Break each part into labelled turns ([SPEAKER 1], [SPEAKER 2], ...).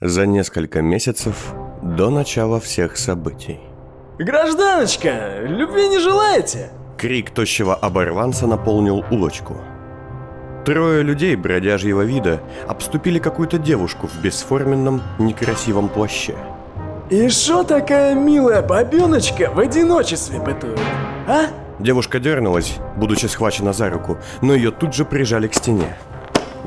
[SPEAKER 1] за несколько месяцев до начала всех событий.
[SPEAKER 2] Гражданочка, любви не желаете?
[SPEAKER 1] Крик тощего оборванца наполнил улочку. Трое людей бродяжьего вида обступили какую-то девушку в бесформенном, некрасивом плаще.
[SPEAKER 2] И шо такая милая бабеночка в одиночестве бытует, а?
[SPEAKER 1] Девушка дернулась, будучи схвачена за руку, но ее тут же прижали к стене.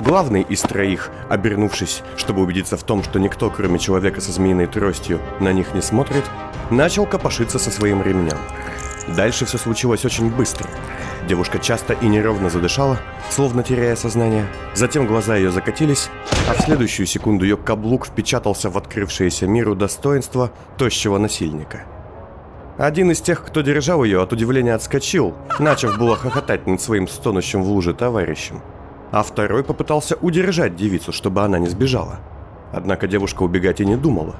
[SPEAKER 1] Главный из троих, обернувшись, чтобы убедиться в том, что никто, кроме человека со змеиной тростью, на них не смотрит, начал копошиться со своим ремнем. Дальше все случилось очень быстро. Девушка часто и неровно задышала, словно теряя сознание. Затем глаза ее закатились, а в следующую секунду ее каблук впечатался в открывшееся миру достоинство тощего насильника. Один из тех, кто держал ее, от удивления отскочил, начав было хохотать над своим стонущим в луже товарищем а второй попытался удержать девицу, чтобы она не сбежала. Однако девушка убегать и не думала.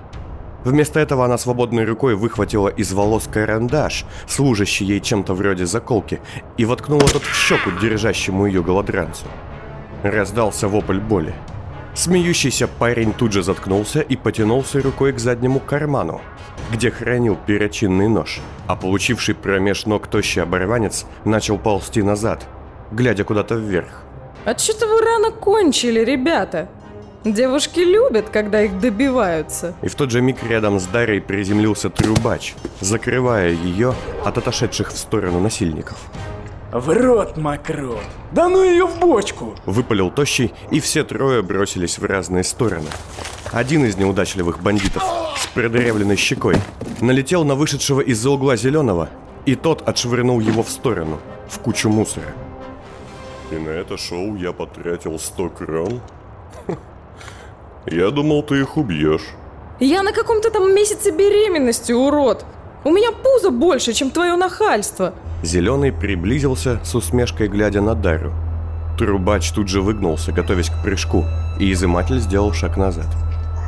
[SPEAKER 1] Вместо этого она свободной рукой выхватила из волос карандаш, служащий ей чем-то вроде заколки, и воткнула тот в щеку держащему ее голодранцу. Раздался вопль боли. Смеющийся парень тут же заткнулся и потянулся рукой к заднему карману, где хранил перочинный нож, а получивший промеж ног тощий оборванец начал ползти назад, глядя куда-то вверх.
[SPEAKER 3] А что-то вы рано кончили, ребята. Девушки любят, когда их добиваются.
[SPEAKER 1] И в тот же миг рядом с Дарьей приземлился трубач, закрывая ее от отошедших в сторону насильников.
[SPEAKER 2] В рот, мокрот! Да ну ее в бочку!
[SPEAKER 1] Выпалил тощий, и все трое бросились в разные стороны. Один из неудачливых бандитов с продырявленной щекой налетел на вышедшего из-за угла зеленого, и тот отшвырнул его в сторону, в кучу мусора.
[SPEAKER 4] И на это шоу я потратил 100 крон? Я думал, ты их убьешь.
[SPEAKER 3] Я на каком-то там месяце беременности, урод! У меня пузо больше, чем твое нахальство!
[SPEAKER 1] Зеленый приблизился с усмешкой, глядя на Дарю. Трубач тут же выгнулся, готовясь к прыжку, и изыматель сделал шаг назад.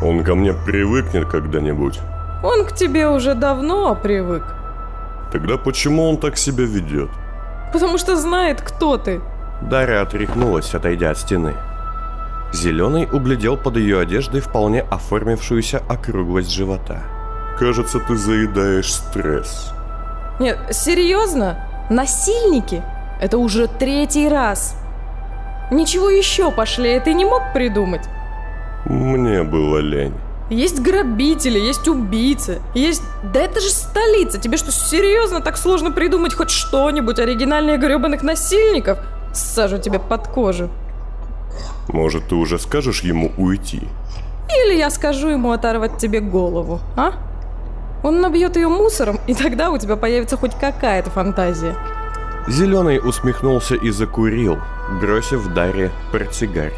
[SPEAKER 4] Он ко мне привыкнет когда-нибудь.
[SPEAKER 3] Он к тебе уже давно привык.
[SPEAKER 4] Тогда почему он так себя ведет?
[SPEAKER 3] Потому что знает, кто ты.
[SPEAKER 1] Дарья отряхнулась, отойдя от стены. Зеленый углядел под ее одеждой вполне оформившуюся округлость живота.
[SPEAKER 4] «Кажется, ты заедаешь стресс».
[SPEAKER 3] Нет, серьезно? Насильники? Это уже третий раз. Ничего еще пошлее ты не мог придумать?
[SPEAKER 4] Мне было лень.
[SPEAKER 3] Есть грабители, есть убийцы, есть... Да это же столица! Тебе что, серьезно так сложно придумать хоть что-нибудь оригинальнее гребаных насильников? сажу тебе под кожу.
[SPEAKER 4] Может, ты уже скажешь ему уйти?
[SPEAKER 3] Или я скажу ему оторвать тебе голову, а? Он набьет ее мусором, и тогда у тебя появится хоть какая-то фантазия.
[SPEAKER 1] Зеленый усмехнулся и закурил, бросив Дарье портсигарь.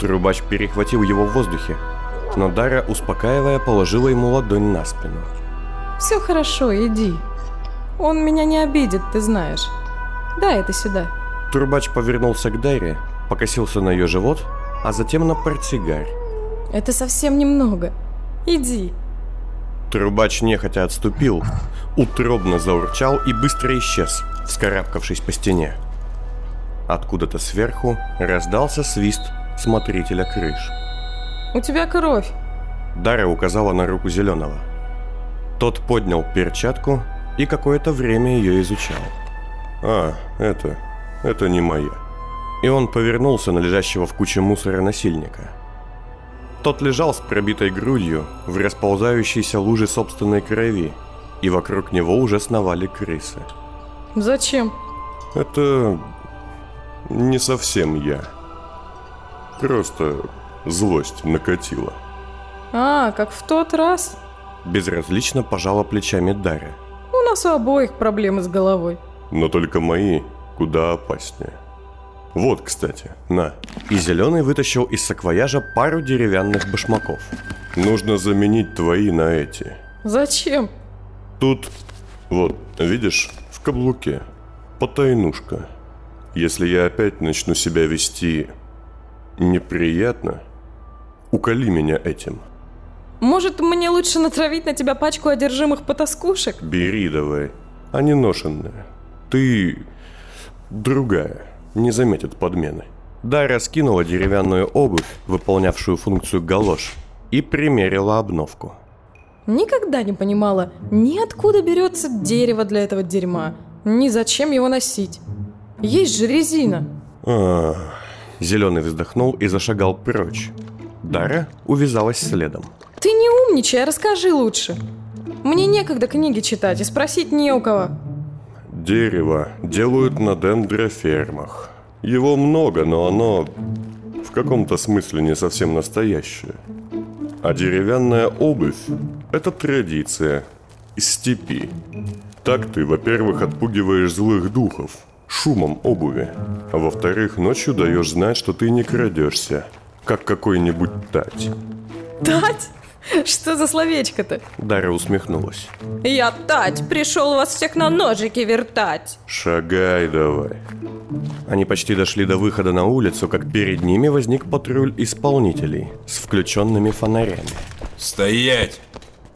[SPEAKER 1] Трубач перехватил его в воздухе, но Дарья, успокаивая, положила ему ладонь на спину.
[SPEAKER 3] «Все хорошо, иди. Он меня не обидит, ты знаешь. Дай это сюда».
[SPEAKER 1] Трубач повернулся к Дайре, покосился на ее живот, а затем на портсигарь.
[SPEAKER 3] «Это совсем немного. Иди».
[SPEAKER 1] Трубач нехотя отступил, утробно заурчал и быстро исчез, вскарабкавшись по стене. Откуда-то сверху раздался свист смотрителя крыш.
[SPEAKER 3] «У тебя кровь!»
[SPEAKER 1] Дара указала на руку Зеленого. Тот поднял перчатку и какое-то время ее изучал.
[SPEAKER 4] «А, это, это не моя.
[SPEAKER 1] И он повернулся на лежащего в куче мусора насильника. Тот лежал с пробитой грудью в расползающейся луже собственной крови, и вокруг него уже сновали крысы.
[SPEAKER 3] Зачем?
[SPEAKER 4] Это не совсем я. Просто злость накатила.
[SPEAKER 3] А, как в тот раз?
[SPEAKER 1] Безразлично пожала плечами Дарья.
[SPEAKER 3] У нас у обоих проблемы с головой.
[SPEAKER 4] Но только мои куда опаснее. Вот, кстати, на.
[SPEAKER 1] И зеленый вытащил из саквояжа пару деревянных башмаков.
[SPEAKER 4] Нужно заменить твои на эти.
[SPEAKER 3] Зачем?
[SPEAKER 4] Тут, вот, видишь, в каблуке. Потайнушка. Если я опять начну себя вести неприятно, уколи меня этим.
[SPEAKER 3] Может, мне лучше натравить на тебя пачку одержимых потаскушек?
[SPEAKER 4] Бери давай, они ношенные. Ты другая, не заметит подмены.
[SPEAKER 1] Дарья скинула деревянную обувь, выполнявшую функцию галош, и примерила обновку.
[SPEAKER 3] Никогда не понимала, ни откуда берется дерево для этого дерьма, ни зачем его носить. Есть же резина.
[SPEAKER 1] Зеленый А, вздохнул и зашагал прочь. Дара увязалась следом.
[SPEAKER 3] Ты не умничай, а расскажи лучше. Мне некогда книги читать и спросить не у кого.
[SPEAKER 4] Дерево делают на дендрофермах. Его много, но оно в каком-то смысле не совсем настоящее. А деревянная обувь – это традиция из степи. Так ты, во-первых, отпугиваешь злых духов шумом обуви, а во-вторых, ночью даешь знать, что ты не крадешься, как какой-нибудь тать.
[SPEAKER 3] Тать? Что за словечко-то?
[SPEAKER 1] Дара усмехнулась.
[SPEAKER 3] Я Тать, пришел вас всех на ножики вертать.
[SPEAKER 4] Шагай давай.
[SPEAKER 1] Они почти дошли до выхода на улицу, как перед ними возник патруль исполнителей с включенными фонарями.
[SPEAKER 5] Стоять!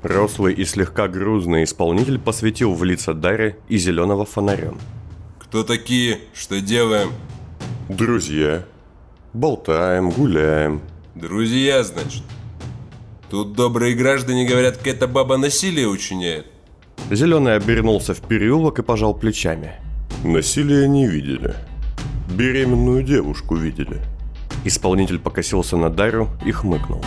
[SPEAKER 1] Рослый и слегка грузный исполнитель посветил в лица Дары и зеленого фонарем.
[SPEAKER 5] Кто такие? Что делаем?
[SPEAKER 4] Друзья, болтаем, гуляем.
[SPEAKER 5] Друзья, значит. Тут добрые граждане говорят, какая-то баба насилие учиняет.
[SPEAKER 1] Зеленый обернулся в переулок и пожал плечами.
[SPEAKER 4] Насилия не видели. Беременную девушку видели.
[SPEAKER 1] Исполнитель покосился на Дарю и хмыкнул.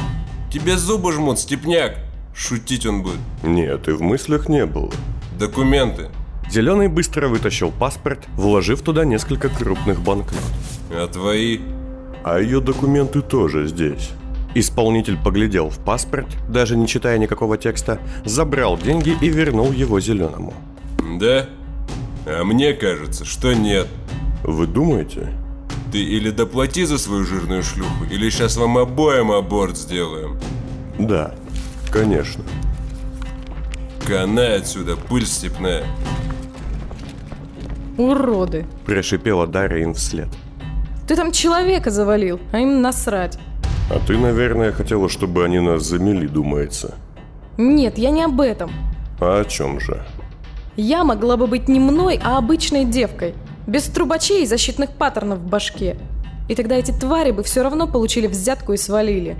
[SPEAKER 5] Тебе зубы жмут, степняк! Шутить он будет.
[SPEAKER 4] Нет, и в мыслях не было.
[SPEAKER 5] Документы.
[SPEAKER 1] Зеленый быстро вытащил паспорт, вложив туда несколько крупных банкнот.
[SPEAKER 5] А твои?
[SPEAKER 4] А ее документы тоже здесь.
[SPEAKER 1] Исполнитель поглядел в паспорт, даже не читая никакого текста, забрал деньги и вернул его зеленому.
[SPEAKER 5] Да? А мне кажется, что нет.
[SPEAKER 4] Вы думаете?
[SPEAKER 5] Ты или доплати за свою жирную шлюху, или сейчас вам обоим аборт сделаем.
[SPEAKER 4] Да, конечно.
[SPEAKER 5] Канай отсюда, пыль степная.
[SPEAKER 3] Уроды.
[SPEAKER 1] Прошипела Дарья им вслед.
[SPEAKER 3] Ты там человека завалил, а им насрать.
[SPEAKER 4] А ты, наверное, хотела, чтобы они нас замели, думается.
[SPEAKER 3] Нет, я не об этом.
[SPEAKER 4] А о чем же?
[SPEAKER 3] Я могла бы быть не мной, а обычной девкой. Без трубачей и защитных паттернов в башке. И тогда эти твари бы все равно получили взятку и свалили.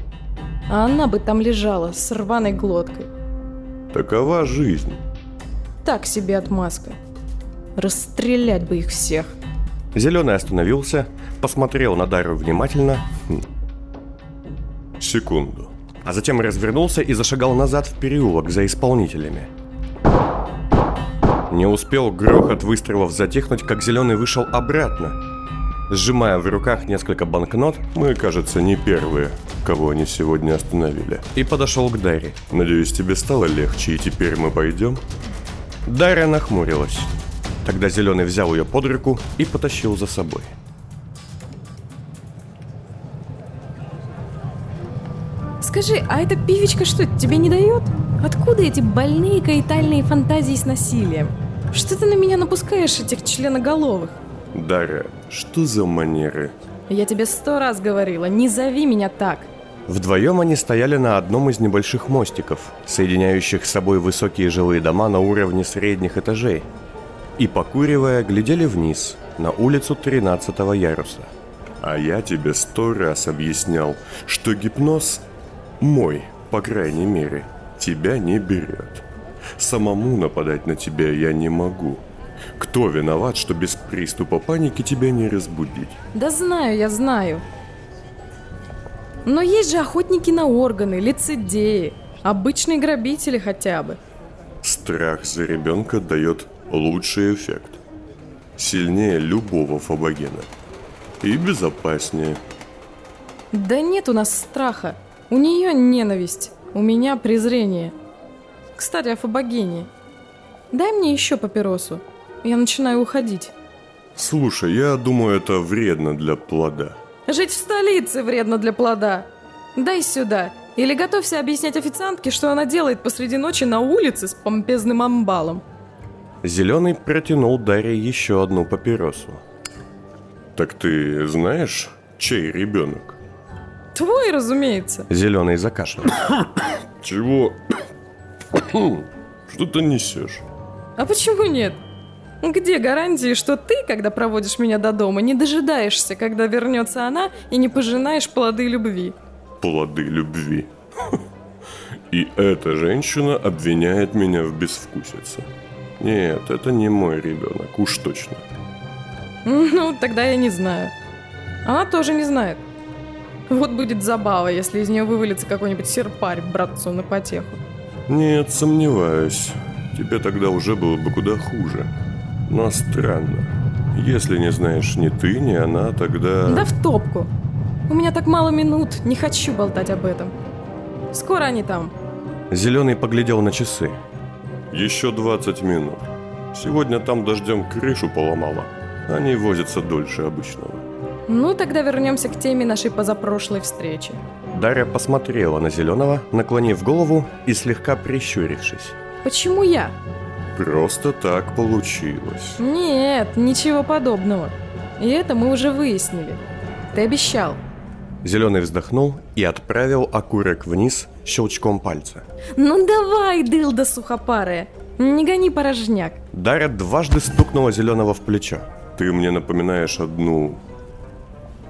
[SPEAKER 3] А она бы там лежала с рваной глоткой.
[SPEAKER 4] Такова жизнь.
[SPEAKER 3] Так себе отмазка. Расстрелять бы их всех.
[SPEAKER 1] Зеленый остановился, посмотрел на Дарью внимательно, хм,
[SPEAKER 4] Секунду.
[SPEAKER 1] а затем развернулся и зашагал назад в переулок за исполнителями. Не успел грохот выстрелов затихнуть, как зеленый вышел обратно. Сжимая в руках несколько банкнот,
[SPEAKER 4] Мы, кажется, не первые, кого они сегодня остановили.
[SPEAKER 1] и подошел к Даре.
[SPEAKER 4] Надеюсь, тебе стало легче, и теперь мы пойдем?
[SPEAKER 1] Дарья нахмурилась. Тогда Зеленый взял ее под руку и потащил за собой.
[SPEAKER 3] Скажи, а эта пивечка что, тебе не дает? Откуда эти больные каитальные фантазии с насилием? Что ты на меня напускаешь этих членоголовых?
[SPEAKER 4] Дарья, что за манеры?
[SPEAKER 3] Я тебе сто раз говорила, не зови меня так.
[SPEAKER 1] Вдвоем они стояли на одном из небольших мостиков, соединяющих с собой высокие жилые дома на уровне средних этажей, и, покуривая, глядели вниз, на улицу 13 яруса.
[SPEAKER 4] А я тебе сто раз объяснял, что гипноз мой, по крайней мере, тебя не берет. Самому нападать на тебя я не могу. Кто виноват, что без приступа паники тебя не разбудить?
[SPEAKER 3] Да знаю, я знаю. Но есть же охотники на органы, лицедеи, обычные грабители хотя бы.
[SPEAKER 4] Страх за ребенка дает лучший эффект. Сильнее любого фабогена. И безопаснее.
[SPEAKER 3] Да нет у нас страха. У нее ненависть, у меня презрение. Кстати, о фабогении. Дай мне еще папиросу. Я начинаю уходить.
[SPEAKER 4] Слушай, я думаю, это вредно для плода.
[SPEAKER 3] Жить в столице вредно для плода. Дай сюда. Или готовься объяснять официантке, что она делает посреди ночи на улице с помпезным амбалом.
[SPEAKER 1] Зеленый протянул Дарье еще одну папиросу.
[SPEAKER 4] Так ты знаешь, чей ребенок?
[SPEAKER 3] Твой, разумеется.
[SPEAKER 1] Зеленый закашлял.
[SPEAKER 4] Чего? Что ты несешь?
[SPEAKER 3] А почему нет? Где гарантии, что ты, когда проводишь меня до дома, не дожидаешься, когда вернется она, и не пожинаешь плоды любви?
[SPEAKER 4] Плоды любви. И эта женщина обвиняет меня в безвкусице. Нет, это не мой ребенок, уж точно.
[SPEAKER 3] Ну, тогда я не знаю. Она тоже не знает. Вот будет забава, если из нее вывалится какой-нибудь серпарь братцу на потеху.
[SPEAKER 4] Нет, сомневаюсь. Тебе тогда уже было бы куда хуже. Но странно. Если не знаешь ни ты, ни она, тогда...
[SPEAKER 3] Да в топку. У меня так мало минут, не хочу болтать об этом. Скоро они там.
[SPEAKER 1] Зеленый поглядел на часы.
[SPEAKER 4] Еще 20 минут. Сегодня там дождем крышу поломало. Они возятся дольше обычного.
[SPEAKER 3] Ну, тогда вернемся к теме нашей позапрошлой встречи.
[SPEAKER 1] Дарья посмотрела на зеленого, наклонив голову и слегка прищурившись.
[SPEAKER 3] Почему я?
[SPEAKER 4] Просто так получилось.
[SPEAKER 3] Нет, ничего подобного. И это мы уже выяснили. Ты обещал.
[SPEAKER 1] Зеленый вздохнул и отправил окурок вниз щелчком пальца.
[SPEAKER 3] Ну давай, дылда сухопарая. Не гони порожняк.
[SPEAKER 1] Дарья дважды стукнула зеленого в плечо.
[SPEAKER 4] Ты мне напоминаешь одну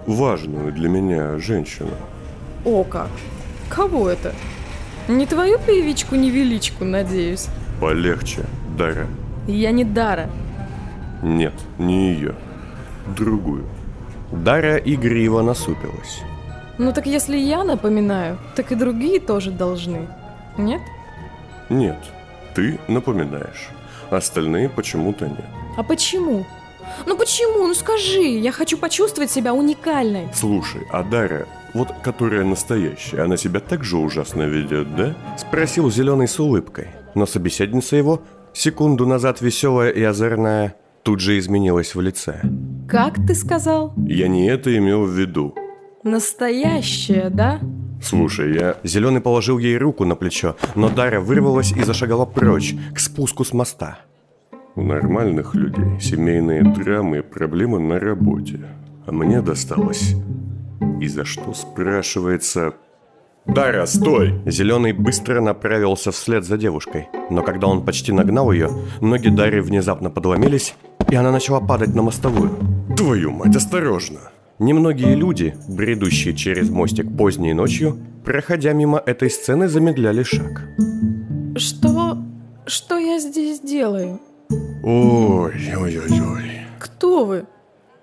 [SPEAKER 4] важную для меня женщину.
[SPEAKER 3] О как. Кого это? Не твою певичку-невеличку, надеюсь.
[SPEAKER 4] Полегче, Дара.
[SPEAKER 3] Я не Дара.
[SPEAKER 4] Нет, не ее. Другую.
[SPEAKER 1] Дарья игриво насупилась.
[SPEAKER 3] Ну так если я напоминаю, так и другие тоже должны. Нет?
[SPEAKER 4] Нет, ты напоминаешь. Остальные почему-то нет.
[SPEAKER 3] А почему? Ну почему? Ну скажи, я хочу почувствовать себя уникальной.
[SPEAKER 4] Слушай, а Дарья, вот которая настоящая, она себя так же ужасно ведет, да?
[SPEAKER 1] Спросил зеленый с улыбкой, но собеседница его, секунду назад веселая и озорная, тут же изменилась в лице.
[SPEAKER 3] Как ты сказал?
[SPEAKER 4] Я не это имел в виду.
[SPEAKER 3] Настоящая, да?
[SPEAKER 4] Слушай, я...
[SPEAKER 1] Зеленый положил ей руку на плечо, но Дарья вырвалась и зашагала прочь, к спуску с моста.
[SPEAKER 4] У нормальных людей семейные драмы и проблемы на работе. А мне досталось... И за что, спрашивается... Дарья, стой!
[SPEAKER 1] Зеленый быстро направился вслед за девушкой, но когда он почти нагнал ее, ноги Дарьи внезапно подломились, и она начала падать на мостовую.
[SPEAKER 4] Твою мать, осторожно!
[SPEAKER 1] Немногие люди, бредущие через мостик поздней ночью, проходя мимо этой сцены, замедляли шаг.
[SPEAKER 3] Что... что я здесь делаю?
[SPEAKER 4] Ой, ой, ой, ой.
[SPEAKER 3] Кто вы?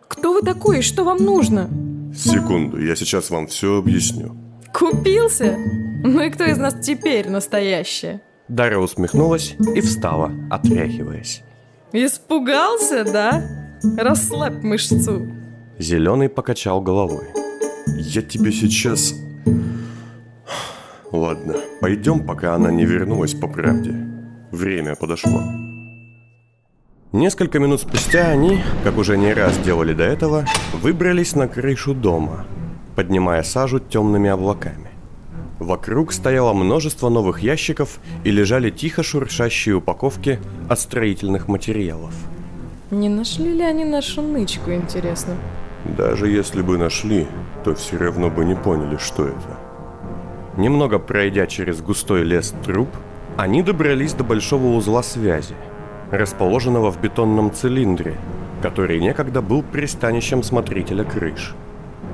[SPEAKER 3] Кто вы такой и что вам нужно?
[SPEAKER 4] Секунду, я сейчас вам все объясню.
[SPEAKER 3] Купился? Ну и кто из нас теперь настоящий?
[SPEAKER 1] Дарья усмехнулась и встала, отряхиваясь.
[SPEAKER 3] Испугался, да? Расслабь мышцу.
[SPEAKER 1] Зеленый покачал головой.
[SPEAKER 4] Я тебе сейчас... Ладно, пойдем, пока она не вернулась по правде. Время подошло.
[SPEAKER 1] Несколько минут спустя они, как уже не раз делали до этого, выбрались на крышу дома, поднимая сажу темными облаками. Вокруг стояло множество новых ящиков и лежали тихо шуршащие упаковки от строительных материалов.
[SPEAKER 3] Не нашли ли они нашу нычку, интересно?
[SPEAKER 4] Даже если бы нашли, то все равно бы не поняли, что это.
[SPEAKER 1] Немного пройдя через густой лес труб, они добрались до большого узла связи, расположенного в бетонном цилиндре, который некогда был пристанищем смотрителя крыш.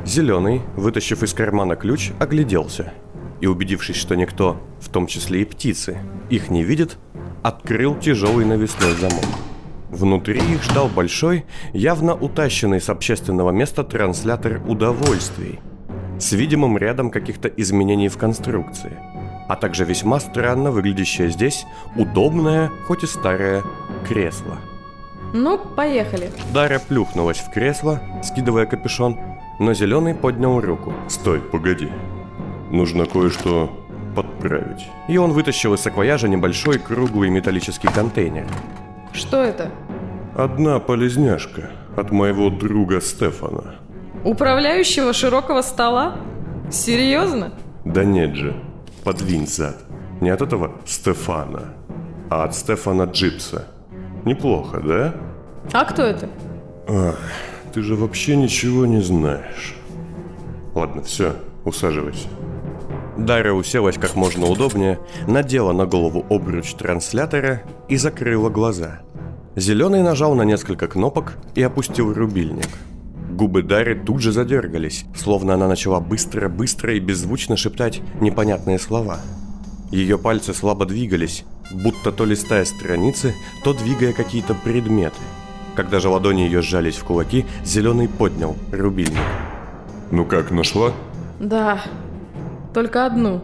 [SPEAKER 1] Зеленый, вытащив из кармана ключ, огляделся и, убедившись, что никто, в том числе и птицы, их не видит, открыл тяжелый навесной замок. Внутри их ждал большой, явно утащенный с общественного места транслятор удовольствий, с видимым рядом каких-то изменений в конструкции, а также весьма странно выглядящее здесь удобное, хоть и старое, кресло.
[SPEAKER 3] Ну, поехали.
[SPEAKER 1] Дарья плюхнулась в кресло, скидывая капюшон, но Зеленый поднял руку,
[SPEAKER 4] Стой, погоди. Нужно кое-что подправить.
[SPEAKER 1] и он вытащил из саквояжа небольшой круглый металлический контейнер.
[SPEAKER 3] Что это?
[SPEAKER 4] Одна полезняшка от моего друга Стефана.
[SPEAKER 3] Управляющего широкого стола? Серьезно?
[SPEAKER 4] Да нет же, подвинь зад. Не от этого Стефана, а от Стефана Джипса. Неплохо, да?
[SPEAKER 3] А кто это?
[SPEAKER 4] Ты же вообще ничего не знаешь. Ладно, все, усаживайся.
[SPEAKER 1] Дарья уселась как можно удобнее, надела на голову обруч транслятора и закрыла глаза. Зеленый нажал на несколько кнопок и опустил рубильник. Губы Дарьи тут же задергались, словно она начала быстро-быстро и беззвучно шептать непонятные слова. Ее пальцы слабо двигались, будто то листая страницы, то двигая какие-то предметы. Когда же ладони ее сжались в кулаки, Зеленый поднял рубильник.
[SPEAKER 4] Ну как, нашла?
[SPEAKER 3] Да, только одну.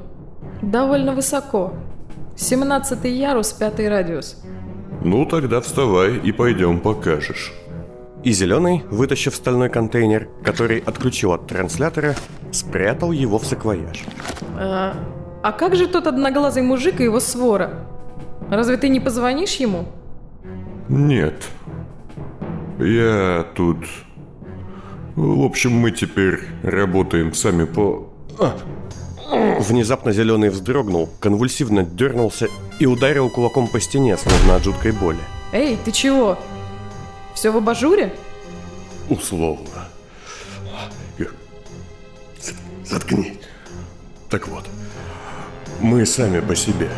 [SPEAKER 3] Довольно высоко. 17 ярус, пятый радиус.
[SPEAKER 4] Ну тогда вставай и пойдем покажешь.
[SPEAKER 1] И Зеленый, вытащив стальной контейнер, который отключил от транслятора, спрятал его в саквояж.
[SPEAKER 3] А, а как же тот одноглазый мужик и его свора? Разве ты не позвонишь ему?
[SPEAKER 4] Нет. Я тут... В общем, мы теперь работаем сами по...
[SPEAKER 1] Внезапно Зеленый вздрогнул, конвульсивно дернулся и ударил кулаком по стене, словно от жуткой боли.
[SPEAKER 3] Эй, ты чего? Все в абажуре?
[SPEAKER 4] Условно.
[SPEAKER 1] Заткнись. Так вот, мы сами по себе.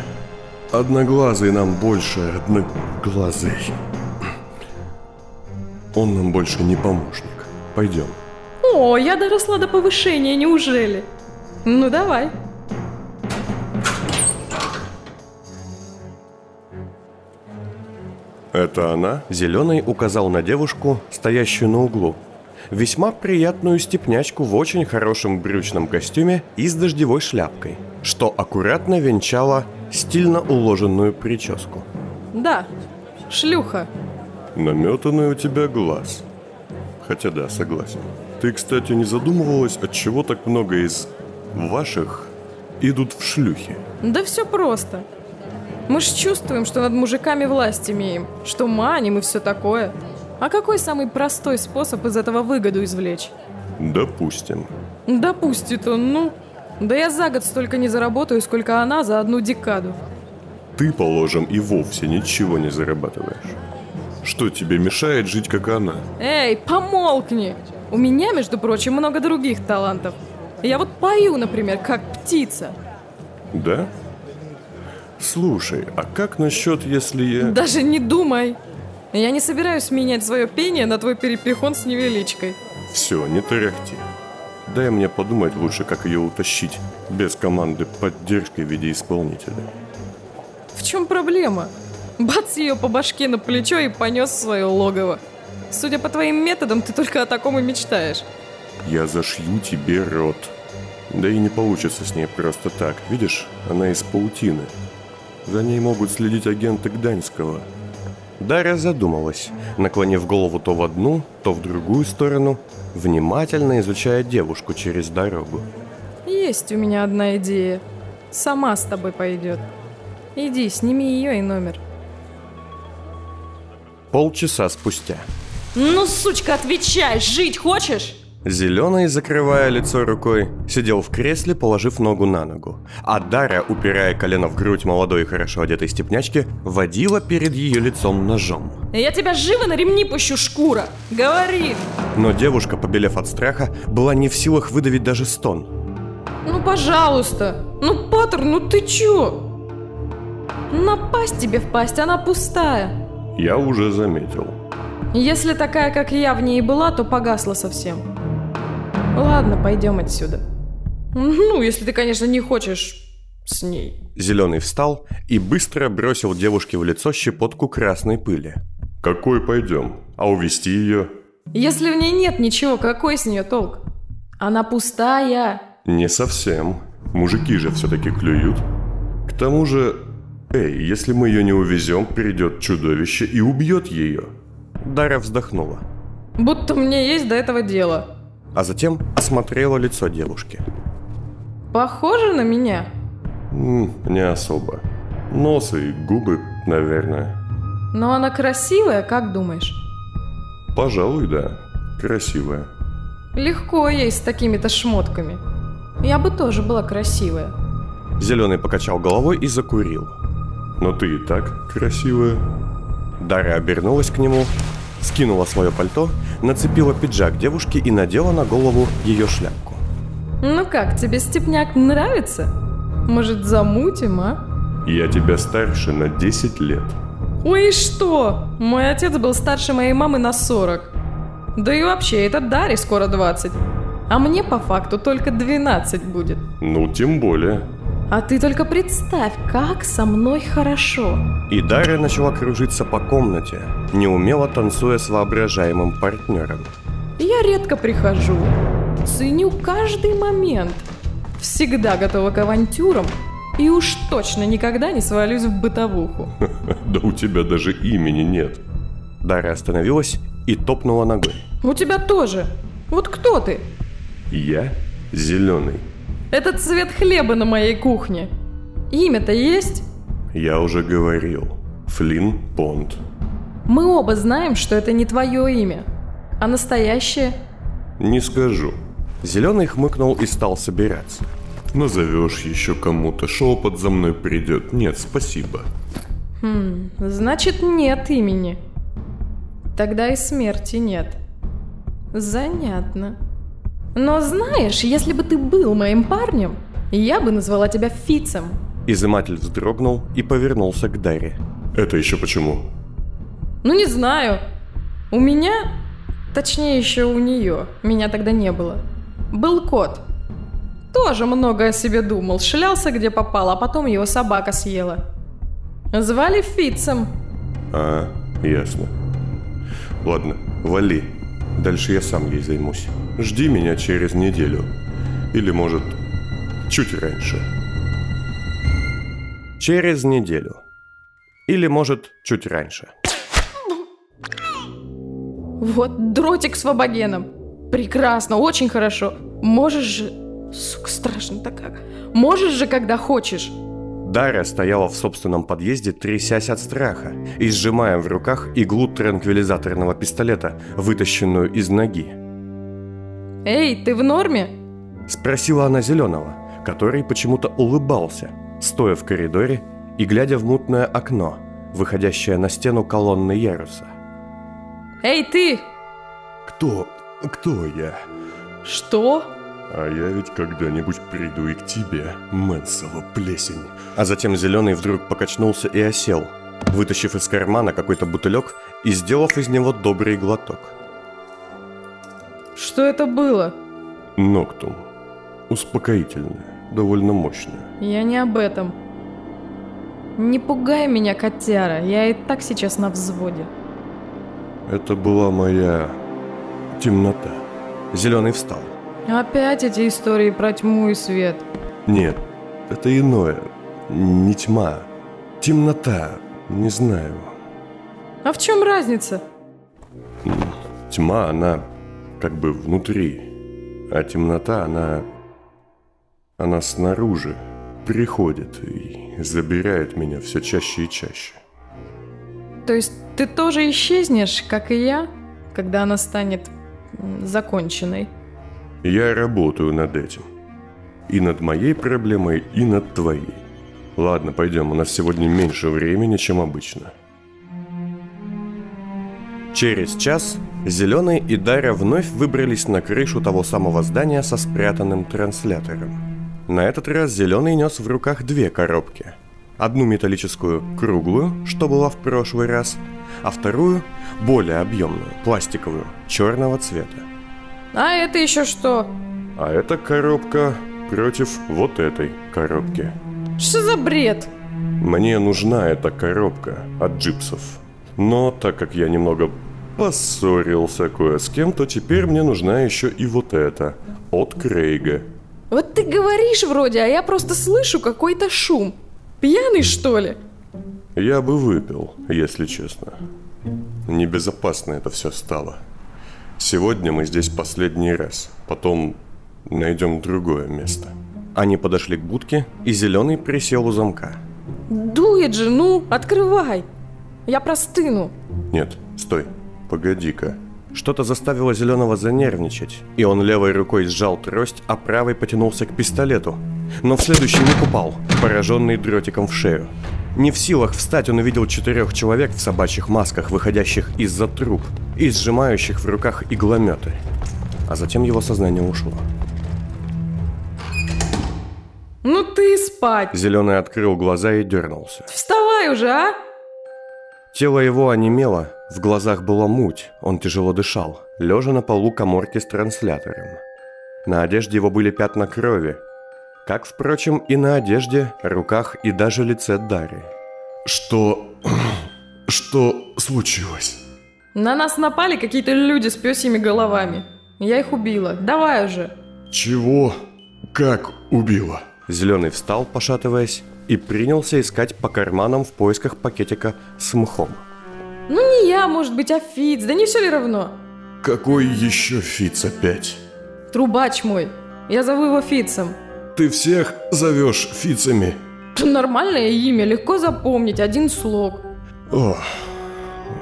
[SPEAKER 1] Одноглазый нам больше одноглазый. Он нам больше не помощник. Пойдем.
[SPEAKER 3] О, я доросла до повышения, неужели? Ну давай.
[SPEAKER 4] Это она?
[SPEAKER 1] Зеленый указал на девушку, стоящую на углу. Весьма приятную степнячку в очень хорошем брючном костюме и с дождевой шляпкой, что аккуратно венчала стильно уложенную прическу.
[SPEAKER 3] Да, шлюха.
[SPEAKER 4] Наметанный у тебя глаз. Хотя да, согласен. Ты, кстати, не задумывалась, от чего так много из ваших идут в шлюхи?
[SPEAKER 3] Да все просто. Мы ж чувствуем, что над мужиками власть имеем, что маним и все такое. А какой самый простой способ из этого выгоду извлечь?
[SPEAKER 4] Допустим.
[SPEAKER 3] Допустит он, ну. Да я за год столько не заработаю, сколько она за одну декаду.
[SPEAKER 4] Ты, положим, и вовсе ничего не зарабатываешь. Что тебе мешает жить, как она?
[SPEAKER 3] Эй, помолкни! У меня, между прочим, много других талантов. Я вот пою, например, как птица.
[SPEAKER 4] Да? Слушай, а как насчет, если я...
[SPEAKER 3] Даже не думай. Я не собираюсь менять свое пение на твой перепихон с невеличкой.
[SPEAKER 4] Все, не тарахти. Дай мне подумать лучше, как ее утащить, без команды поддержки в виде исполнителя.
[SPEAKER 3] В чем проблема? Бац ее по башке на плечо и понес в свое логово. Судя по твоим методам, ты только о таком и мечтаешь.
[SPEAKER 4] Я зашью тебе рот. Да и не получится с ней просто так. Видишь, она из паутины. За ней могут следить агенты Гданьского.
[SPEAKER 1] Дарья задумалась, наклонив голову то в одну, то в другую сторону, внимательно изучая девушку через дорогу.
[SPEAKER 3] Есть у меня одна идея. Сама с тобой пойдет. Иди, сними ее и номер.
[SPEAKER 1] Полчаса спустя.
[SPEAKER 6] Ну, сучка, отвечай, жить хочешь?
[SPEAKER 1] Зеленый, закрывая лицо рукой, сидел в кресле, положив ногу на ногу. А Дарья, упирая колено в грудь молодой и хорошо одетой степнячки, водила перед ее лицом ножом.
[SPEAKER 6] Я тебя живо на ремни пущу, шкура. Говори.
[SPEAKER 1] Но девушка, побелев от страха, была не в силах выдавить даже стон.
[SPEAKER 3] Ну, пожалуйста. Ну, Паттер, ну ты чё? Напасть тебе в пасть, она пустая.
[SPEAKER 4] Я уже заметил.
[SPEAKER 3] Если такая, как я, в ней и была, то погасла совсем. Ладно, пойдем отсюда. Ну, если ты, конечно, не хочешь с ней.
[SPEAKER 1] Зеленый встал и быстро бросил девушке в лицо щепотку красной пыли.
[SPEAKER 4] Какой пойдем? А увести ее?
[SPEAKER 3] Если в ней нет ничего, какой с нее толк? Она пустая.
[SPEAKER 4] Не совсем. Мужики же все-таки клюют. К тому же, эй, если мы ее не увезем, придет чудовище и убьет ее.
[SPEAKER 1] Дарья вздохнула,
[SPEAKER 3] Будто мне есть до этого дело.
[SPEAKER 1] а затем осмотрела лицо девушки.
[SPEAKER 3] Похоже на меня?
[SPEAKER 4] М, не особо. Нос и губы, наверное.
[SPEAKER 3] Но она красивая, как думаешь?
[SPEAKER 4] Пожалуй, да. Красивая.
[SPEAKER 3] Легко ей с такими-то шмотками. Я бы тоже была красивая.
[SPEAKER 1] Зеленый покачал головой и закурил.
[SPEAKER 4] Но ты и так красивая.
[SPEAKER 1] Дарья обернулась к нему, скинула свое пальто, нацепила пиджак девушки и надела на голову ее шляпку.
[SPEAKER 3] Ну как, тебе степняк нравится? Может, замутим, а?
[SPEAKER 4] Я тебя старше на 10 лет.
[SPEAKER 3] Ой, и что? Мой отец был старше моей мамы на 40. Да и вообще, это Даре скоро 20. А мне по факту только 12 будет.
[SPEAKER 4] Ну, тем более.
[SPEAKER 3] А ты только представь, как со мной хорошо.
[SPEAKER 1] И Дарья начала кружиться по комнате, неумело танцуя с воображаемым партнером.
[SPEAKER 3] Я редко прихожу. Ценю каждый момент. Всегда готова к авантюрам. И уж точно никогда не свалюсь в бытовуху.
[SPEAKER 4] Да у тебя даже имени нет.
[SPEAKER 1] Дарья остановилась и топнула ногой.
[SPEAKER 3] У тебя тоже. Вот кто ты?
[SPEAKER 4] Я зеленый.
[SPEAKER 3] Это цвет хлеба на моей кухне. Имя-то есть?
[SPEAKER 4] Я уже говорил. Флинн Понт.
[SPEAKER 3] Мы оба знаем, что это не твое имя. А настоящее?
[SPEAKER 4] Не скажу.
[SPEAKER 1] Зеленый хмыкнул и стал собираться.
[SPEAKER 4] Назовешь еще кому-то, шепот за мной придет. Нет, спасибо.
[SPEAKER 3] Значит, нет имени. Тогда и смерти нет. Занятно. Но знаешь, если бы ты был моим парнем, я бы назвала тебя Фицем.
[SPEAKER 1] Изыматель вздрогнул и повернулся к Даре.
[SPEAKER 4] Это еще почему?
[SPEAKER 3] Ну не знаю. У меня, точнее еще у нее, меня тогда не было. Был кот. Тоже много о себе думал, шлялся где попал, а потом его собака съела. Звали Фицем.
[SPEAKER 4] А, ясно. Ладно, вали. Дальше я сам ей займусь. Жди меня через неделю. Или, может, чуть раньше.
[SPEAKER 1] Через неделю. Или, может, чуть раньше.
[SPEAKER 3] Вот дротик с вабагеном. Прекрасно, очень хорошо. Можешь же... Сука, страшно-то как. Можешь же, когда хочешь.
[SPEAKER 1] Дарья стояла в собственном подъезде, трясясь от страха и сжимая в руках иглу транквилизаторного пистолета, вытащенную из ноги.
[SPEAKER 3] Эй, ты в норме?
[SPEAKER 1] Спросила она Зеленого, который почему-то улыбался, стоя в коридоре и глядя в мутное окно, выходящее на стену колонны яруса.
[SPEAKER 3] Эй, ты!
[SPEAKER 4] Кто? Кто я?
[SPEAKER 3] Что?
[SPEAKER 4] А я ведь когда-нибудь приду и к тебе, Мэнсова плесень.
[SPEAKER 1] А затем Зеленый вдруг покачнулся и осел, вытащив из кармана какой-то бутылек и сделав из него добрый глоток.
[SPEAKER 3] Что это было?
[SPEAKER 4] Ноктум. Успокоительное, довольно мощное.
[SPEAKER 3] Я не об этом. Не пугай меня, котяра. Я и так сейчас на взводе.
[SPEAKER 4] Это была моя темнота.
[SPEAKER 1] Зеленый встал.
[SPEAKER 3] Опять эти истории про тьму и свет.
[SPEAKER 4] Нет, это иное. Не тьма. Темнота. Не знаю.
[SPEAKER 3] А в чем разница?
[SPEAKER 4] Тьма, она как бы внутри. А темнота, она... Она снаружи. Приходит и забирает меня все чаще и чаще.
[SPEAKER 3] То есть ты тоже исчезнешь, как и я, когда она станет м, законченной?
[SPEAKER 4] Я работаю над этим. И над моей проблемой, и над твоей. Ладно, пойдем, у нас сегодня меньше времени, чем обычно.
[SPEAKER 1] Через час Зеленый и Дарья вновь выбрались на крышу того самого здания со спрятанным транслятором. На этот раз Зеленый нес в руках две коробки. Одну металлическую, круглую, что была в прошлый раз, а вторую, более объемную, пластиковую, черного цвета.
[SPEAKER 3] А это еще что?
[SPEAKER 4] А эта коробка против вот этой коробки.
[SPEAKER 3] Что за бред?
[SPEAKER 4] Мне нужна эта коробка от джипсов. Но так как я немного поссорился кое с кем, то теперь мне нужна еще и вот эта от Крейга.
[SPEAKER 3] Вот ты говоришь вроде, а я просто слышу какой-то шум. Пьяный, что ли?
[SPEAKER 4] Я бы выпил, если честно. Небезопасно это все стало. Сегодня мы здесь последний раз. Потом найдем другое место.
[SPEAKER 1] Они подошли к будке, и Зеленый присел у замка.
[SPEAKER 3] Дует же, ну, открывай. Я простыну.
[SPEAKER 4] Нет, стой. Погоди-ка.
[SPEAKER 1] Что-то заставило Зеленого занервничать, и он левой рукой сжал трость, а правой потянулся к пистолету. Но в следующий миг упал, пораженный дротиком в шею. Не в силах встать, он увидел четырех человек в собачьих масках, выходящих из-за труб и сжимающих в руках иглометы. А затем его сознание ушло.
[SPEAKER 3] Ну ты и спать.
[SPEAKER 1] Зеленый открыл глаза и дернулся.
[SPEAKER 3] Вставай уже, а?
[SPEAKER 1] Тело его онемело, в глазах была муть, он тяжело дышал, лежа на полу коморки с транслятором. На одежде его были пятна крови, Как, впрочем, и на одежде, руках и даже лице Дари.
[SPEAKER 4] Что... Что случилось?
[SPEAKER 3] На нас напали какие-то люди с пёсьими головами. Я их убила. Давай уже.
[SPEAKER 4] Чего? Как убила?
[SPEAKER 1] Зеленый встал, пошатываясь, и принялся искать по карманам в поисках пакетика с мхом.
[SPEAKER 3] Ну не я, может быть, а Фиц. Да не все ли равно?
[SPEAKER 4] Какой еще Фиц опять?
[SPEAKER 3] Трубач мой. Я зову его Фицем.
[SPEAKER 4] Ты всех зовешь Фицами?
[SPEAKER 3] Это нормальное имя, легко запомнить, один слог.
[SPEAKER 4] О,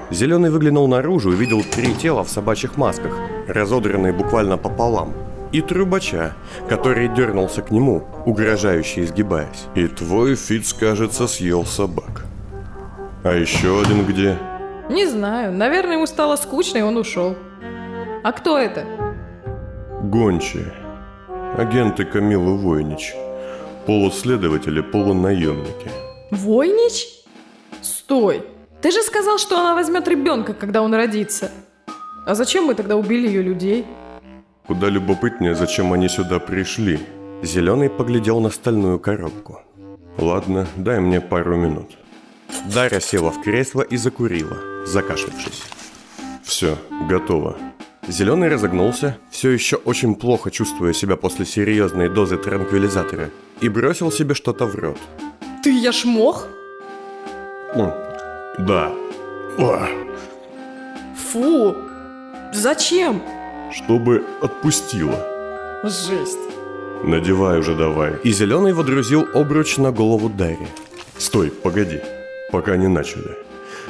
[SPEAKER 1] Зеленый выглянул наружу и видел три тела в собачьих масках, разодранные буквально пополам, и трубача, который дернулся к нему, угрожающе изгибаясь.
[SPEAKER 4] и твой Фиц, кажется, съел собак. А еще один где?
[SPEAKER 3] Не знаю, наверное, ему стало скучно, и он ушел. А кто это?
[SPEAKER 4] Гончие. Агенты Камилы Войнич. Полуследователи, полунаемники.
[SPEAKER 3] Войнич? Стой! Ты же сказал, что она возьмет ребенка, когда он родится. А зачем мы тогда убили ее людей?
[SPEAKER 4] Куда любопытнее, зачем они сюда пришли.
[SPEAKER 1] Зеленый поглядел на стальную коробку.
[SPEAKER 4] Ладно, дай мне пару минут.
[SPEAKER 1] Дарья села в кресло и закурила, закашлявшись.
[SPEAKER 4] Все, готово.
[SPEAKER 1] Зеленый разогнулся, все еще очень плохо чувствуя себя после серьезной дозы транквилизатора, и бросил себе что-то в рот.
[SPEAKER 3] Ты я ж мог?
[SPEAKER 4] М, Да. Уа.
[SPEAKER 3] Фу! Зачем?
[SPEAKER 4] Чтобы отпустило.
[SPEAKER 3] Жесть.
[SPEAKER 4] Надевай уже давай.
[SPEAKER 1] И зеленый водрузил обруч на голову Дарьи.
[SPEAKER 4] Стой, погоди, пока не начали.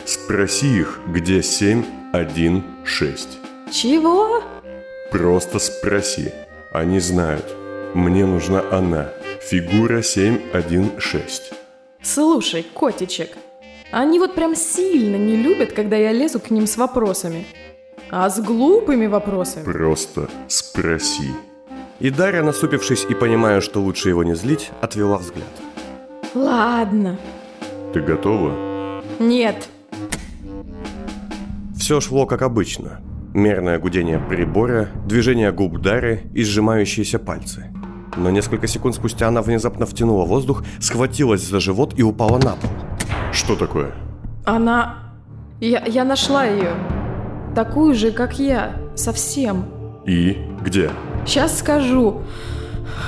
[SPEAKER 4] Спроси их, где 716.
[SPEAKER 3] Чего?
[SPEAKER 4] Просто спроси. Они знают. Мне нужна она. Фигура 716.
[SPEAKER 3] Слушай, котичек, они вот прям сильно не любят, когда я лезу к ним с вопросами. А с глупыми вопросами.
[SPEAKER 4] Просто спроси.
[SPEAKER 1] И Дарья, насупившись и понимая, что лучше его не злить, отвела взгляд.
[SPEAKER 3] Ладно.
[SPEAKER 4] Ты готова?
[SPEAKER 3] Нет.
[SPEAKER 1] Все шло как обычно. Мерное гудение прибора, движение губ Дары и сжимающиеся пальцы. Но несколько секунд спустя она внезапно втянула воздух, схватилась за живот и упала на пол.
[SPEAKER 4] Что такое?
[SPEAKER 3] Она... Я, я нашла ее. Такую же, как я. Совсем.
[SPEAKER 4] И где?
[SPEAKER 3] Сейчас скажу.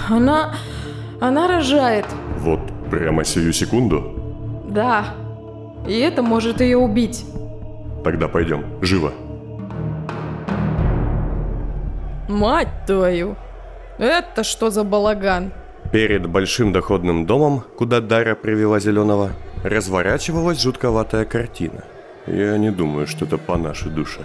[SPEAKER 3] Она... Она рожает.
[SPEAKER 4] Вот прямо сию секунду?
[SPEAKER 3] Да. И это может ее убить.
[SPEAKER 4] Тогда пойдем. Живо.
[SPEAKER 3] Мать твою. Это что за балаган?
[SPEAKER 1] Перед большим доходным домом, куда Дара привела Зеленого, разворачивалась жутковатая картина.
[SPEAKER 4] Я не думаю, что это по нашей душе.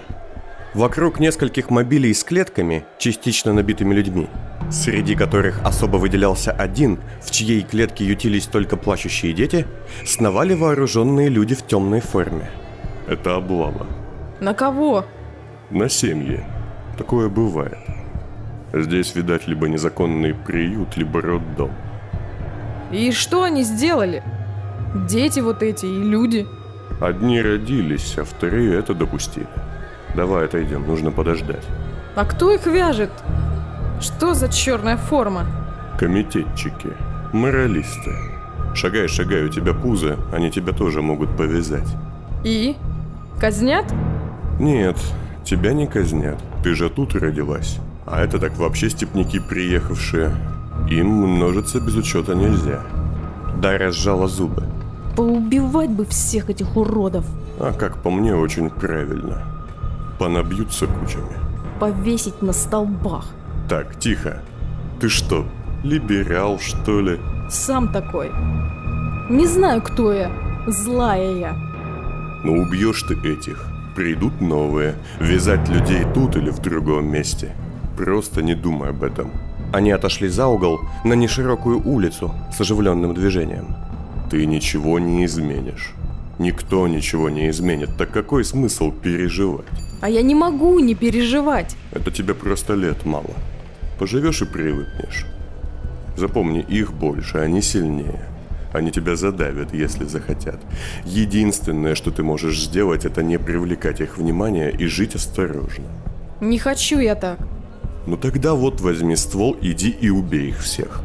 [SPEAKER 1] Вокруг нескольких мобилей с клетками, частично набитыми людьми, среди которых особо выделялся один, в чьей клетке ютились только плачущие дети, сновали вооруженные люди в темной форме.
[SPEAKER 4] Это облава.
[SPEAKER 3] На кого?
[SPEAKER 4] На семьи. Такое бывает. Здесь, видать, либо незаконный приют, либо роддом.
[SPEAKER 3] И что они сделали? Дети вот эти и люди.
[SPEAKER 4] Одни родились, а вторые это допустили. Давай отойдем, нужно подождать.
[SPEAKER 3] А кто их вяжет? Что за черная форма?
[SPEAKER 4] Комитетчики, моралисты. Шагай, шагай, у тебя пузо, они тебя тоже могут повязать.
[SPEAKER 3] И? Казнят?
[SPEAKER 4] Нет, тебя не казнят, ты же тут родилась. А это так вообще степняки приехавшие. Им множиться без учета нельзя.
[SPEAKER 1] Дара сжала зубы.
[SPEAKER 6] Поубивать бы всех этих уродов.
[SPEAKER 4] А как по мне, очень правильно. Понабьются кучами.
[SPEAKER 6] Повесить на столбах.
[SPEAKER 4] Так, тихо. Ты что, либерал, что ли?
[SPEAKER 3] Сам такой. Не знаю, кто я. Злая я.
[SPEAKER 4] Но убьешь ты этих. Придут новые. Вязать людей тут или в другом месте. Просто не думай об этом.
[SPEAKER 1] Они отошли за угол на неширокую улицу с оживленным движением.
[SPEAKER 4] Ты ничего не изменишь. Никто ничего не изменит. Так какой смысл переживать?
[SPEAKER 3] А я не могу не переживать.
[SPEAKER 4] Это тебе просто лет мало. Поживешь и привыкнешь. Запомни, их больше, они сильнее. Они тебя задавят, если захотят. Единственное, что ты можешь сделать, это не привлекать их внимание и жить осторожно.
[SPEAKER 3] Не хочу я так.
[SPEAKER 4] Ну тогда вот возьми ствол, иди и убей их всех.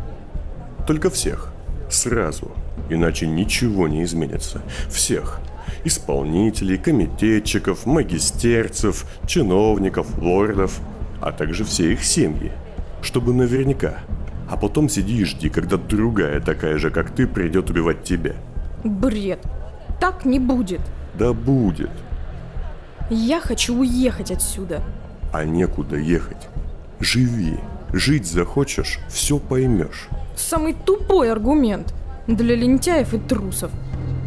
[SPEAKER 4] Только всех. Сразу. Иначе ничего не изменится. Всех. Исполнителей, комитетчиков, магистерцев, чиновников, лордов, а также все их семьи. Чтобы наверняка. А потом сиди и жди, когда другая такая же, как ты, придет убивать тебя.
[SPEAKER 3] Бред. Так не будет.
[SPEAKER 4] Да будет.
[SPEAKER 3] Я хочу уехать отсюда.
[SPEAKER 4] А некуда ехать. Живи. Жить захочешь, все поймешь.
[SPEAKER 3] Самый тупой аргумент для лентяев и трусов.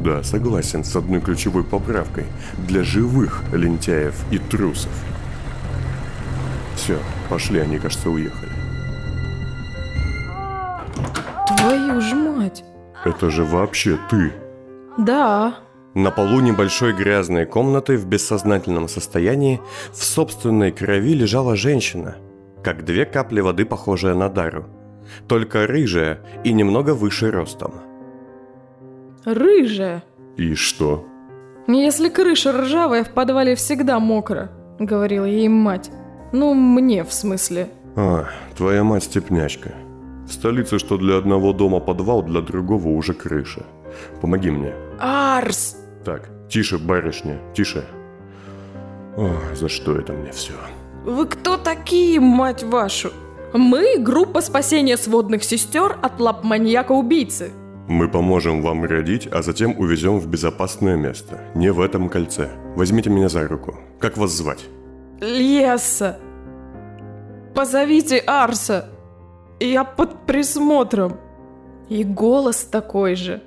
[SPEAKER 4] Да, согласен с одной ключевой поправкой. Для живых лентяев и трусов. Все, пошли, они, кажется, уехали.
[SPEAKER 3] Твою ж мать.
[SPEAKER 4] Это же вообще ты.
[SPEAKER 3] Да,
[SPEAKER 1] На полу небольшой грязной комнаты в бессознательном состоянии в собственной крови лежала женщина, как две капли воды, похожая на Дару, только рыжая и немного выше ростом.
[SPEAKER 3] рыжая.
[SPEAKER 4] И что?
[SPEAKER 3] Если крыша ржавая, в подвале всегда мокро, говорила ей мать. Ну, мне в смысле.
[SPEAKER 4] А, твоя мать степнячка. В столице, что для одного дома подвал, для другого уже крыша. Помоги мне.
[SPEAKER 3] Арс!
[SPEAKER 4] Так, тише, барышня, тише. Ох, за что это мне все?
[SPEAKER 3] Вы кто такие, мать вашу? Мы группа спасения сводных сестер от лап маньяка-убийцы.
[SPEAKER 4] Мы поможем вам родить, а затем увезем в безопасное место. Не в этом кольце. Возьмите меня за руку. Как вас звать?
[SPEAKER 3] Леса. Позовите Арса. Я под присмотром. И голос такой же.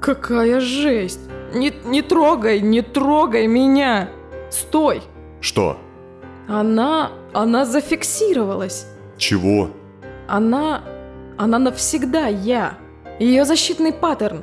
[SPEAKER 3] Какая жесть. Не, не трогай, не трогай меня. Стой.
[SPEAKER 4] Что?
[SPEAKER 3] Она... Она зафиксировалась.
[SPEAKER 4] Чего?
[SPEAKER 3] Она... Она навсегда я. Ее защитный паттерн.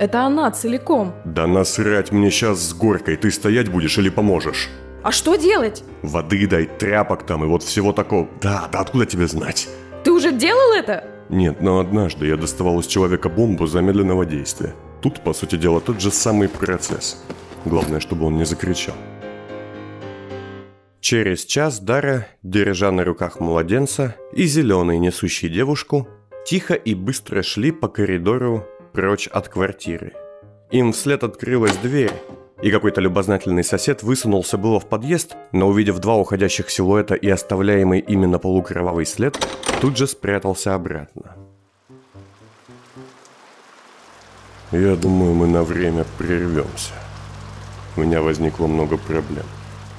[SPEAKER 3] Это она целиком.
[SPEAKER 4] Да насрать мне сейчас с горкой. Ты стоять будешь или поможешь?
[SPEAKER 3] А что делать?
[SPEAKER 4] Воды дай, тряпок там и вот всего такого. Да, да откуда тебе знать?
[SPEAKER 3] Ты уже делал это?
[SPEAKER 4] Нет, но однажды я доставал из человека бомбу замедленного действия. Тут, по сути дела, тот же самый процесс. Главное, чтобы он не закричал.
[SPEAKER 1] Через час Дара, держа на руках младенца и зеленый, несущий девушку, тихо и быстро шли по коридору прочь от квартиры. Им вслед открылась дверь, и какой-то любознательный сосед высунулся было в подъезд, но увидев два уходящих силуэта и оставляемый ими на полу кровавый след, тут же спрятался обратно.
[SPEAKER 4] Я думаю, мы на время прервемся. У меня возникло много проблем.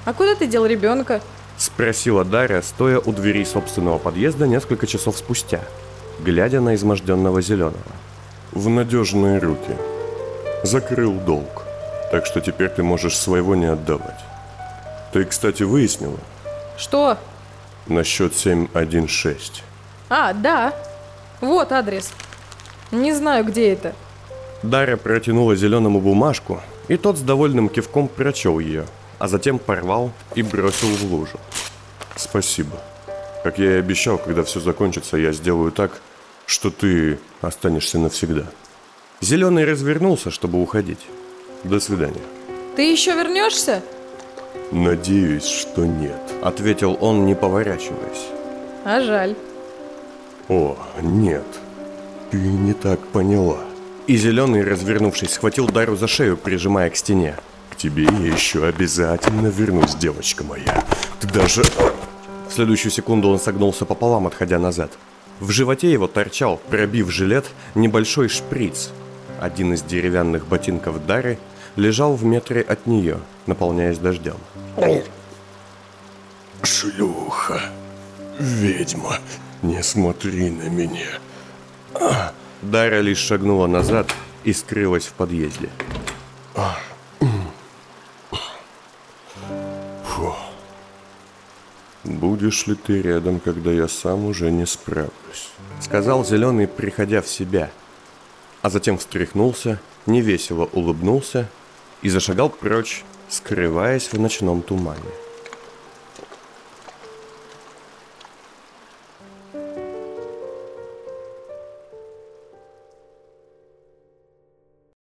[SPEAKER 3] А куда ты дел ребенка?
[SPEAKER 1] Спросила Дарья, стоя у двери собственного подъезда несколько часов спустя, глядя на изможденного зеленого.
[SPEAKER 4] В надежные руки. Закрыл долг. Так что теперь ты можешь своего не отдавать. Ты, кстати, выяснила
[SPEAKER 3] Что?
[SPEAKER 4] насчет 716.
[SPEAKER 3] А, да. Вот адрес. Не знаю, где это.
[SPEAKER 1] Дарья протянула зеленому бумажку, и тот с довольным кивком прочел ее, а затем порвал и бросил в лужу.
[SPEAKER 4] Спасибо. Как я и обещал, когда все закончится, я сделаю так, что ты останешься навсегда.
[SPEAKER 1] Зеленый развернулся, чтобы уходить.
[SPEAKER 4] До свидания.
[SPEAKER 3] Ты еще вернешься?
[SPEAKER 4] Надеюсь, что нет.
[SPEAKER 1] Ответил он, не поворачиваясь.
[SPEAKER 3] А жаль.
[SPEAKER 4] О, нет. Ты не так поняла.
[SPEAKER 1] И зеленый, развернувшись, схватил Дару за шею, прижимая к стене.
[SPEAKER 4] К тебе я еще обязательно вернусь, девочка моя. Ты даже...
[SPEAKER 1] В следующую секунду он согнулся пополам, отходя назад. В животе его торчал, пробив жилет, небольшой шприц. Один из деревянных ботинков Дары лежал в метре от нее, наполняясь дождем.
[SPEAKER 4] Шлюха. Ведьма. Не смотри на меня.
[SPEAKER 1] Дара лишь шагнула назад и скрылась в подъезде.
[SPEAKER 4] Будешь ли ты рядом, когда я сам уже не справлюсь?
[SPEAKER 1] Сказал Зеленый, приходя в себя. А затем встряхнулся, невесело улыбнулся и зашагал прочь, скрываясь в ночном тумане.